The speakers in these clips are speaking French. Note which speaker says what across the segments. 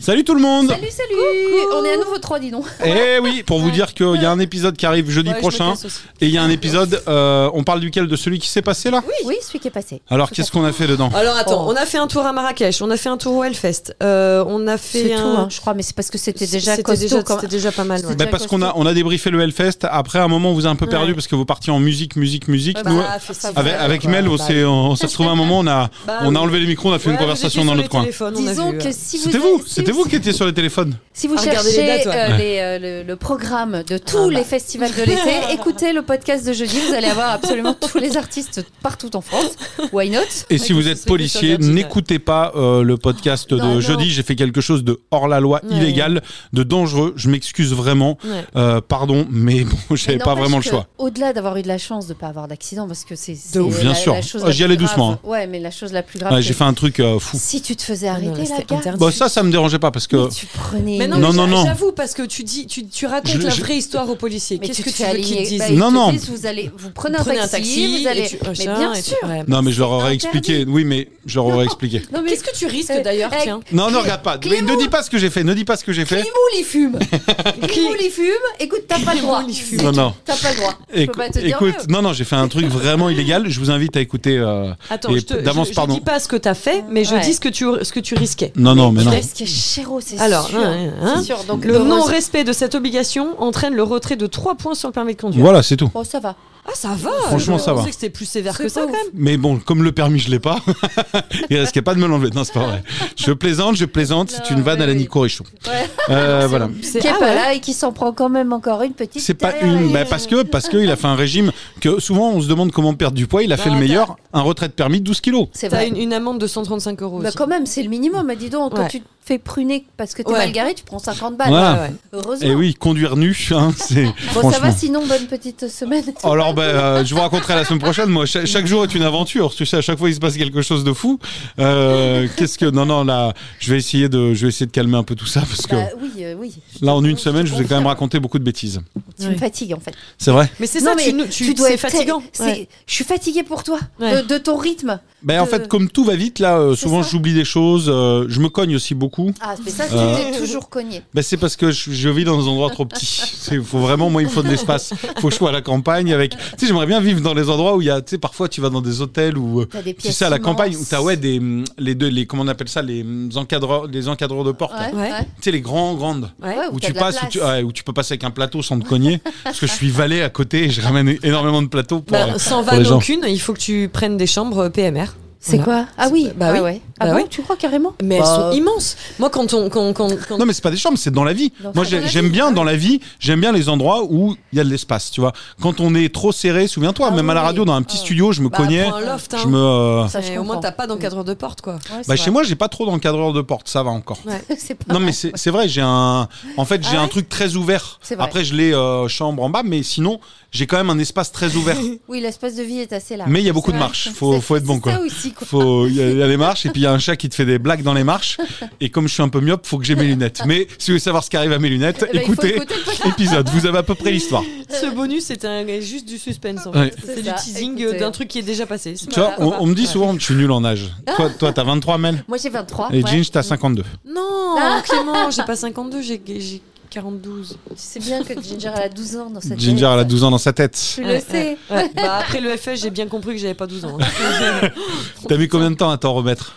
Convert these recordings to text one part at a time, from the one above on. Speaker 1: Salut tout le monde
Speaker 2: Salut, salut On est à nouveau trois, dis donc.
Speaker 1: Eh oui, pour vous dire qu'il y a un épisode qui arrive jeudi
Speaker 3: Ouais, je me
Speaker 1: prochain.
Speaker 3: casse aussi.
Speaker 1: Et il y a un épisode, euh, on parle duquel De celui qui s'est passé là
Speaker 2: Oui, celui qui est passé.
Speaker 1: Alors qu'est-ce qu'on a fait dedans
Speaker 3: Alors attends,
Speaker 2: Oh.
Speaker 3: on a fait un tour à Marrakech, on a fait un tour au Hellfest, euh, on a fait
Speaker 2: C'est
Speaker 3: un.
Speaker 2: tout, hein, je crois, mais c'est parce que c'était déjà
Speaker 3: c'était
Speaker 2: costaud
Speaker 3: déjà,
Speaker 2: quand-
Speaker 3: c'était déjà pas mal. ouais.
Speaker 2: C'était-
Speaker 1: Bah,
Speaker 2: déjà
Speaker 1: parce qu'on a,
Speaker 2: costaud.
Speaker 1: on a débriefé le Hellfest. Après, à un moment, on vous a un peu perdu
Speaker 3: Ouais.
Speaker 1: parce que vous partiez en musique, musique, musique.
Speaker 3: Ouais,
Speaker 1: Nous,
Speaker 3: bah, festival,
Speaker 1: avec, avec
Speaker 3: quoi.
Speaker 1: Mel, on
Speaker 3: Bah,
Speaker 1: s'est on s'est retrouvé un moment, on a,
Speaker 3: Bah,
Speaker 1: on a
Speaker 3: oui.
Speaker 1: enlevé les micros, on a fait
Speaker 3: Ouais,
Speaker 1: une
Speaker 3: vous
Speaker 1: conversation
Speaker 3: étiez
Speaker 1: dans
Speaker 3: sur
Speaker 1: notre
Speaker 3: les
Speaker 1: coin.
Speaker 3: téléphones, on a
Speaker 2: Disons
Speaker 3: vu, euh.
Speaker 2: que
Speaker 3: ouais.
Speaker 2: si vous
Speaker 1: C'était
Speaker 2: êtes-
Speaker 1: vous,
Speaker 2: si
Speaker 1: c'était vous qui étiez sur les téléphones.
Speaker 2: Si vous
Speaker 3: Ah, regardez
Speaker 2: cherchez
Speaker 3: les dates, ouais. Ah, bah.
Speaker 2: euh,
Speaker 1: Ouais.
Speaker 2: les, euh, le, le programme de tous les festivals de l'été, écoutez le podcast de jeudi, vous allez avoir absolument tous les artistes partout en France. Why not
Speaker 1: Et si
Speaker 3: que
Speaker 1: vous êtes
Speaker 3: ce soit des choses
Speaker 1: policier,
Speaker 3: gratuites, ouais.
Speaker 1: n'écoutez pas euh, le podcast de
Speaker 2: Non, non.
Speaker 1: jeudi. J'ai fait quelque chose de hors la loi,
Speaker 3: Ouais.
Speaker 1: illégal, de dangereux. Je m'excuse vraiment.
Speaker 3: Ouais.
Speaker 1: Euh, pardon, mais bon, j'avais
Speaker 2: Mais
Speaker 1: pas
Speaker 2: n'empêche
Speaker 1: vraiment le
Speaker 2: que,
Speaker 1: choix.
Speaker 2: Au-delà d'avoir eu de la chance de pas avoir d'accident, parce que c'est c'est
Speaker 3: ouf.
Speaker 2: la-
Speaker 1: Bien
Speaker 2: la
Speaker 1: sûr.
Speaker 2: chose
Speaker 1: Ah,
Speaker 2: la
Speaker 1: j'y
Speaker 2: plus
Speaker 1: allais
Speaker 2: grave.
Speaker 1: doucement, hein.
Speaker 2: Ouais, mais la chose la plus grave.
Speaker 1: Ouais, J'ai
Speaker 2: c'est-
Speaker 1: fait un truc euh, fou.
Speaker 2: Si tu te faisais
Speaker 3: Ah non,
Speaker 2: arrêter, la
Speaker 3: c'était
Speaker 2: gars,
Speaker 3: interdit.
Speaker 1: Bon, ça, ça me dérangeait pas parce que.
Speaker 2: mais tu prenais.
Speaker 3: Mais non,
Speaker 1: Non,
Speaker 3: mais
Speaker 1: non,
Speaker 3: j'a-
Speaker 1: non.
Speaker 3: J'avoue, parce que tu dis, tu, tu racontes
Speaker 1: Je-
Speaker 3: la
Speaker 1: je-
Speaker 3: vraie histoire aux policiers.
Speaker 2: Mais
Speaker 3: Qu'est-ce que
Speaker 2: tu te
Speaker 3: tu
Speaker 2: fais
Speaker 3: veux qu'ils
Speaker 2: aligner.
Speaker 3: te disent
Speaker 2: Bah, ils
Speaker 1: Non,
Speaker 2: te
Speaker 1: non.
Speaker 2: disent, vous, allez, vous prenez un
Speaker 3: Prenez
Speaker 2: taxi, vous allez.
Speaker 3: et tu-
Speaker 2: mais
Speaker 3: machin,
Speaker 2: bien
Speaker 3: et tu-
Speaker 2: sûr.
Speaker 3: ouais.
Speaker 1: Non, mais je leur aurais
Speaker 2: C'est
Speaker 1: expliqué. Oui, mais je leur aurais expliqué.
Speaker 2: Non, mais
Speaker 3: Qu'est-ce que tu risques
Speaker 2: Eh,
Speaker 3: d'ailleurs,
Speaker 2: eh,
Speaker 3: tiens
Speaker 1: Non, ne regarde pas. Mais
Speaker 2: Clément.
Speaker 1: ne dis pas ce que j'ai fait. Ne dis pas ce que j'ai fait.
Speaker 2: Clément, il fume. Clément, il fume. Écoute, t'as pas le droit.
Speaker 3: il fume.
Speaker 2: C'est
Speaker 1: Non,
Speaker 2: tout.
Speaker 1: non.
Speaker 2: T'as pas le droit. Je peux
Speaker 1: Écou-
Speaker 2: pas te dire mieux.
Speaker 1: écoute, non, non, j'ai fait un truc vraiment illégal. Je vous invite à écouter. euh,
Speaker 3: Attends,
Speaker 1: et
Speaker 3: je te
Speaker 1: d'avance,
Speaker 3: je- je
Speaker 1: pardon.
Speaker 3: dis pas ce que t'as fait, mais je
Speaker 2: Ouais.
Speaker 3: dis ce que tu, ce que tu risquais.
Speaker 1: Non, non, mais
Speaker 2: Je
Speaker 1: non.
Speaker 2: reste qu'il y a Chéro, c'est sûr.
Speaker 3: Alors, hein, hein,
Speaker 2: C'est sûr. Donc,
Speaker 3: Le
Speaker 2: heureuse-
Speaker 3: non-respect de cette obligation entraîne le retrait de 3 points sur le permis de conduire.
Speaker 1: Voilà, c'est tout.
Speaker 2: Bon, ça va.
Speaker 3: Ah, ça va
Speaker 1: Franchement, ça
Speaker 3: Je
Speaker 1: va.
Speaker 3: pensais que c'était plus sévère
Speaker 2: C'est
Speaker 3: que ça,
Speaker 2: pas
Speaker 3: quand
Speaker 2: ouf.
Speaker 3: même.
Speaker 1: Mais bon, comme le permis, je l'ai pas. il risquait pas de me l'enlever. Non, c'est pas vrai. Je plaisante, je plaisante. C'est
Speaker 2: Non,
Speaker 1: une vanne
Speaker 2: mais
Speaker 1: à la
Speaker 2: oui.
Speaker 1: Nico Richon.
Speaker 2: Ouais.
Speaker 1: Euh, voilà.
Speaker 3: C'est-
Speaker 2: Qui est
Speaker 3: ah
Speaker 2: pas
Speaker 3: ouais.
Speaker 2: là et qui s'en prend quand même encore une petite.
Speaker 1: C'est pas
Speaker 2: derrière euh,
Speaker 1: une,
Speaker 2: la-
Speaker 1: bah, parce que parce qu'il a fait un régime que souvent on se demande comment perdre du poids. Il a fait
Speaker 3: Non,
Speaker 2: Bah,
Speaker 1: le meilleur, un retrait de permis de 12 kilos.
Speaker 2: C'est
Speaker 3: T'as
Speaker 2: vrai.
Speaker 3: une, une amende de 135 euros.
Speaker 2: Bah,
Speaker 3: aussi.
Speaker 2: quand même, c'est le minimum. Mais Dis donc, quand
Speaker 3: Ouais.
Speaker 2: tu te fais pruner parce que t'es
Speaker 3: Ouais.
Speaker 2: mal garé, tu prends 50 balles.
Speaker 1: Voilà.
Speaker 3: Ouais, ouais.
Speaker 2: Heureusement.
Speaker 1: Et Eh oui, conduire nu, hein, c'est
Speaker 2: Bon, ça
Speaker 1: franchement.
Speaker 2: va sinon, bonne petite semaine.
Speaker 1: Alors, ben, euh, je vous raconterai la semaine prochaine. Moi, cha- chaque, jour est une aventure. Tu sais, à chaque fois, il se passe quelque chose de fou. Euh, Qu'est-ce que non, non, là, je vais essayer de, je vais essayer de calmer un peu tout ça parce que
Speaker 2: Bah, oui, euh, oui. Je
Speaker 1: là, en
Speaker 2: te-
Speaker 1: une semaine, je vous ai quand même raconté beaucoup de bêtises.
Speaker 2: Tu me fatigues en fait.
Speaker 1: C'est vrai.
Speaker 3: Mais c'est
Speaker 2: Non,
Speaker 3: ça,
Speaker 2: mais
Speaker 3: tu, nous- tu,
Speaker 2: dois
Speaker 3: c'est
Speaker 2: être très-
Speaker 3: fatigant.
Speaker 2: c'est-
Speaker 3: Ouais.
Speaker 2: Je suis fatiguée pour toi,
Speaker 3: Ouais.
Speaker 2: de, de ton rythme.
Speaker 1: Ben, en
Speaker 2: De-
Speaker 1: fait, comme tout va vite, là, euh,
Speaker 2: C'est
Speaker 1: souvent,
Speaker 2: ça.
Speaker 1: j'oublie des choses. euh, je me cogne aussi beaucoup.
Speaker 2: Ah, mais ça, tu
Speaker 1: Euh.
Speaker 2: t'es toujours cogné.
Speaker 1: Ben, c'est parce que je, je vis dans un endroit trop petit. C'est faut vraiment, moi, il me faut de l'espace. Faut que je sois à la campagne avec. Tu sais, j'aimerais bien vivre dans les endroits où il y a. Tu sais, parfois, tu vas dans des hôtels où. euh,
Speaker 2: T'as des pièces.
Speaker 1: Tu sais, à la
Speaker 2: immenses.
Speaker 1: campagne, où t'as ouais, des, hum, les deux, les, comment on appelle ça, les hum, encadreurs, les encadreurs de porte, là.
Speaker 2: Ouais,
Speaker 3: Ouais.
Speaker 2: ouais.
Speaker 1: tu sais, les grands, grandes,
Speaker 3: Ouais.
Speaker 2: Ouais,
Speaker 1: où
Speaker 2: t'as
Speaker 1: tu
Speaker 2: de la
Speaker 1: passes, où
Speaker 2: place.
Speaker 1: tu, ouais, où tu peux passer avec un plateau sans te cogner, parce que je suis valet à côté et je ramène é- énormément de plateaux pour.
Speaker 3: Bah,
Speaker 1: euh,
Speaker 3: sans
Speaker 1: pour les
Speaker 3: vanne
Speaker 1: gens.
Speaker 3: aucune, il faut que tu prennes des chambres euh, PMR.
Speaker 2: C'est
Speaker 3: Voilà.
Speaker 2: quoi Ah oui,
Speaker 3: Bah
Speaker 2: ah
Speaker 3: oui.
Speaker 2: ouais. Ah
Speaker 3: Bah
Speaker 2: bon,
Speaker 3: oui.
Speaker 2: tu crois carrément
Speaker 3: Mais
Speaker 2: Bah,
Speaker 3: elles sont immenses. Moi, quand on. Quand, quand, quand-
Speaker 1: Non mais c'est pas des chambres, c'est dans la vie.
Speaker 2: Dans-
Speaker 1: Moi
Speaker 2: dans
Speaker 1: j'ai-
Speaker 2: la
Speaker 1: j'aime
Speaker 2: vie,
Speaker 1: bien
Speaker 2: ouais.
Speaker 1: dans la vie, j'aime bien les endroits où il y a de l'espace, tu vois. Quand on est trop serré, souviens-toi,
Speaker 2: Ah
Speaker 1: même à la
Speaker 2: oui.
Speaker 1: radio dans un petit
Speaker 2: Ah.
Speaker 1: studio, je me
Speaker 3: bah,
Speaker 1: cognais,
Speaker 3: prends un loft, hein.
Speaker 1: je me euh,
Speaker 2: Ça, je
Speaker 3: Mais au moins,
Speaker 2: comprends.
Speaker 3: t'as pas d'encadreur de porte, quoi.
Speaker 2: Ouais, c'est
Speaker 1: bah, chez
Speaker 2: vrai.
Speaker 1: moi, j'ai pas trop d'encadreurs de porte, ça va encore.
Speaker 2: C'est pas
Speaker 1: Non
Speaker 2: mal.
Speaker 1: mais c'est c'est vrai, j'ai un en fait, j'ai
Speaker 3: Ah
Speaker 1: un
Speaker 3: ouais
Speaker 1: truc très ouvert.
Speaker 2: C'est vrai.
Speaker 1: Après je l'ai euh, chambre en bas mais sinon, j'ai quand même un espace très ouvert.
Speaker 2: Oui, l'espace de vie est assez large.
Speaker 1: Mais il y a beaucoup
Speaker 2: C'est
Speaker 1: de
Speaker 2: vrai.
Speaker 1: marches. Faut-
Speaker 2: C'est-
Speaker 1: faut être bon,
Speaker 2: c'est
Speaker 1: quoi.
Speaker 2: Ça aussi, quoi.
Speaker 1: Faut il y, a- il y a les marches et puis il y a un chat qui te fait des blagues dans les marches et comme je suis un peu myope, faut que j'ai mes lunettes. Mais si vous voulez savoir ce qui arrive à mes lunettes,
Speaker 2: Eh ben, il faut
Speaker 1: écoutez
Speaker 2: écouter le podcast.
Speaker 1: épisode, vous avez à peu près l'histoire.
Speaker 3: Ce bonus est un- juste du suspense. en
Speaker 1: Ouais.
Speaker 3: fait.
Speaker 2: C'est
Speaker 3: C'est du
Speaker 2: ça,
Speaker 3: teasing
Speaker 2: écoutez.
Speaker 3: euh, d'un truc qui est déjà passé.
Speaker 1: Tu vois,
Speaker 3: bah,
Speaker 1: on, on me dit souvent, je suis nul en âge. Toi, toi, t'as 23 Mel
Speaker 2: Moi, j'ai 23.
Speaker 1: et
Speaker 2: Ah, ouais.
Speaker 1: Ginge, t'as 52.
Speaker 3: Non,
Speaker 2: Ah.
Speaker 3: Clément, j'ai pas 52, j'ai j'ai 42.
Speaker 2: Tu sais bien que Ginger, elle a 12 ans dans cette
Speaker 1: Ginger, elle a
Speaker 2: tête.
Speaker 1: 12 ans dans sa tête.
Speaker 2: Tu
Speaker 3: Ouais,
Speaker 2: le sais.
Speaker 3: ouais. Bah, après le FS, j'ai bien compris que j'avais pas 12 ans. hein.
Speaker 1: T'as mis combien de temps à t'en remettre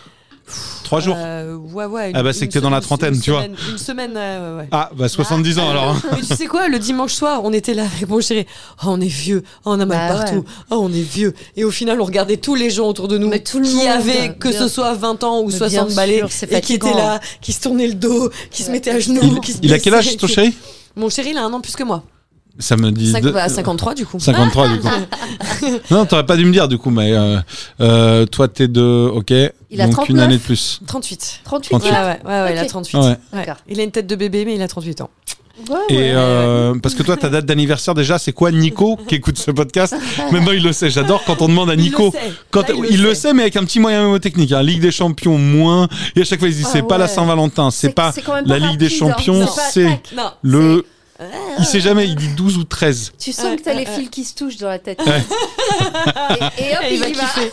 Speaker 1: Trois jours
Speaker 3: Euh, ouais, ouais.
Speaker 1: Ah bah, c'est que t'es dans la
Speaker 3: une-
Speaker 1: trentaine,
Speaker 3: une
Speaker 1: tu vois.
Speaker 3: semaine- Une semaine, euh, ouais. ouais.
Speaker 1: Ah, bah 70 ans alors. hein.
Speaker 3: Mais tu sais quoi, le dimanche soir, on était là avec mon chéri. Oh, on est vieux, Oh, on a mal
Speaker 2: Bah
Speaker 3: partout, Oh, on est vieux. Et au final, on regardait tous les gens autour de nous
Speaker 2: Mais tout le
Speaker 3: qui
Speaker 2: monde.
Speaker 3: avaient, que
Speaker 2: Bien
Speaker 3: ce soit 20 ans ou
Speaker 2: Mais
Speaker 3: 60
Speaker 2: bien
Speaker 3: balais,
Speaker 2: sûr, c'est
Speaker 3: et qui
Speaker 2: fatigant.
Speaker 3: étaient là, qui se tournaient le dos, qui se
Speaker 2: Ouais.
Speaker 3: mettaient à genoux.
Speaker 1: Il,
Speaker 3: qui se
Speaker 1: il a quel âge
Speaker 3: baissaient,
Speaker 1: ton
Speaker 3: qui-
Speaker 1: chéri
Speaker 3: Mon chéri, il a un an plus que moi.
Speaker 1: Ça me dit.
Speaker 3: Cinq-
Speaker 1: de-
Speaker 3: bah, 53 du coup.
Speaker 1: 53 du coup. non, t'aurais pas dû me dire du coup, mais euh, euh, toi t'es de. Ok.
Speaker 2: Il a
Speaker 1: donc
Speaker 2: 39.
Speaker 1: une année de plus.
Speaker 3: 38.
Speaker 2: 38
Speaker 3: Ouais, ouais, ouais, ouais, il a
Speaker 2: Ok.
Speaker 3: 38.
Speaker 1: Ouais.
Speaker 3: Ouais.
Speaker 2: D'accord.
Speaker 3: Il a une tête de bébé, mais il a 38 ans.
Speaker 2: Ouais, Ah ouais.
Speaker 1: Et euh, parce que toi, ta date d'anniversaire déjà, c'est quoi Nico qui écoute ce podcast Maintenant, il le sait. J'adore quand on demande à Nico. Quand
Speaker 3: Ah,
Speaker 1: il, le sait, mais avec un petit moyen mnémotechnique. Hein. Ligue des Champions moins. Et à chaque fois, il se dit
Speaker 3: Ah
Speaker 1: c'est pas la
Speaker 3: ouais.
Speaker 1: Saint-Valentin, c'est pas
Speaker 2: quand même
Speaker 1: la Ligue des
Speaker 2: rapide, hein.
Speaker 1: Champions,
Speaker 2: pas-
Speaker 1: c'est-
Speaker 2: tac.
Speaker 3: Non.
Speaker 1: le. Il sait jamais. Il dit 12 ou 13.
Speaker 2: Tu
Speaker 3: Ouais,
Speaker 2: sens que t'as
Speaker 3: ouais,
Speaker 2: les
Speaker 3: ouais.
Speaker 2: fils qui se touchent dans la tête.
Speaker 1: Ouais.
Speaker 2: Et, et hop,
Speaker 3: euh,
Speaker 2: il,
Speaker 3: Et bah, il va
Speaker 2: y va.
Speaker 3: kiffer.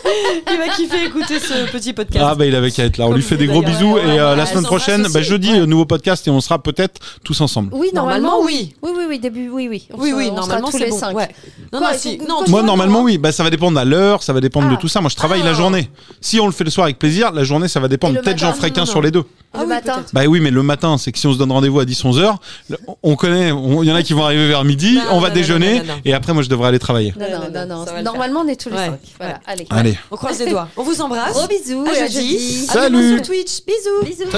Speaker 3: Il va kiffer écouter ce petit podcast.
Speaker 1: Ah bah il avait qu'à être là. On
Speaker 3: Comme
Speaker 1: lui fait
Speaker 3: vous,
Speaker 1: des gros
Speaker 3: d'ailleurs.
Speaker 1: bisous
Speaker 3: Ouais, ouais,
Speaker 1: et euh,
Speaker 3: ouais,
Speaker 1: la
Speaker 3: ouais,
Speaker 1: semaine
Speaker 3: sans
Speaker 1: prochain,
Speaker 3: associé.
Speaker 1: bah, jeudi
Speaker 3: Ouais.
Speaker 1: nouveau podcast et on sera peut-être tous ensemble.
Speaker 2: Oui,
Speaker 3: Normalement, oui.
Speaker 2: Oui, oui, oui, début, oui, oui. On
Speaker 3: Oui,
Speaker 2: sera-
Speaker 3: oui,
Speaker 2: on sera
Speaker 3: normalement
Speaker 2: tous
Speaker 3: c'est
Speaker 2: les
Speaker 3: bon.
Speaker 2: cinq.
Speaker 3: Ouais. Non,
Speaker 2: Quoi,
Speaker 3: non,
Speaker 2: il
Speaker 3: si.
Speaker 2: faut que-
Speaker 3: Non,
Speaker 2: quand-
Speaker 1: bah. Moi
Speaker 2: Ouais,
Speaker 1: normalement
Speaker 2: non.
Speaker 1: oui, bah ça va dépendre à l'heure, ça va dépendre de
Speaker 2: Ah.
Speaker 1: tout ça. Moi je travaille la
Speaker 2: Ah.
Speaker 1: journée. Si on le fait le soir avec plaisir, la journée ça va
Speaker 2: Et
Speaker 1: dépendre.
Speaker 2: le
Speaker 1: Peut-être
Speaker 2: matin,
Speaker 1: j'en ferai
Speaker 3: non,
Speaker 1: qu'un
Speaker 3: non,
Speaker 1: sur
Speaker 3: non.
Speaker 1: les deux.
Speaker 3: Ah
Speaker 2: le
Speaker 3: oui,
Speaker 2: matin.
Speaker 3: peut-être.
Speaker 1: Bah oui, mais le matin, c'est que si on se donne rendez-vous à 10-11 heures, le- on connaît, on- il y en a qui vont arriver vers midi,
Speaker 3: Non,
Speaker 1: on va
Speaker 3: non, non,
Speaker 1: déjeuner
Speaker 3: non, non, non.
Speaker 1: et après moi je devrais aller travailler.
Speaker 2: Non, non, non, non.
Speaker 3: Ça va le
Speaker 2: Normalement, on est tous les
Speaker 3: Ouais.
Speaker 2: cinq. Voilà, allez.
Speaker 1: Allez.
Speaker 3: on croise les doigts. On vous embrasse.
Speaker 2: Gros bisous.
Speaker 3: À
Speaker 2: et à
Speaker 3: jeudi.
Speaker 2: jeudi.
Speaker 3: À demain
Speaker 1: Salut.
Speaker 3: sur Twitch. Bisous.
Speaker 2: Bisous.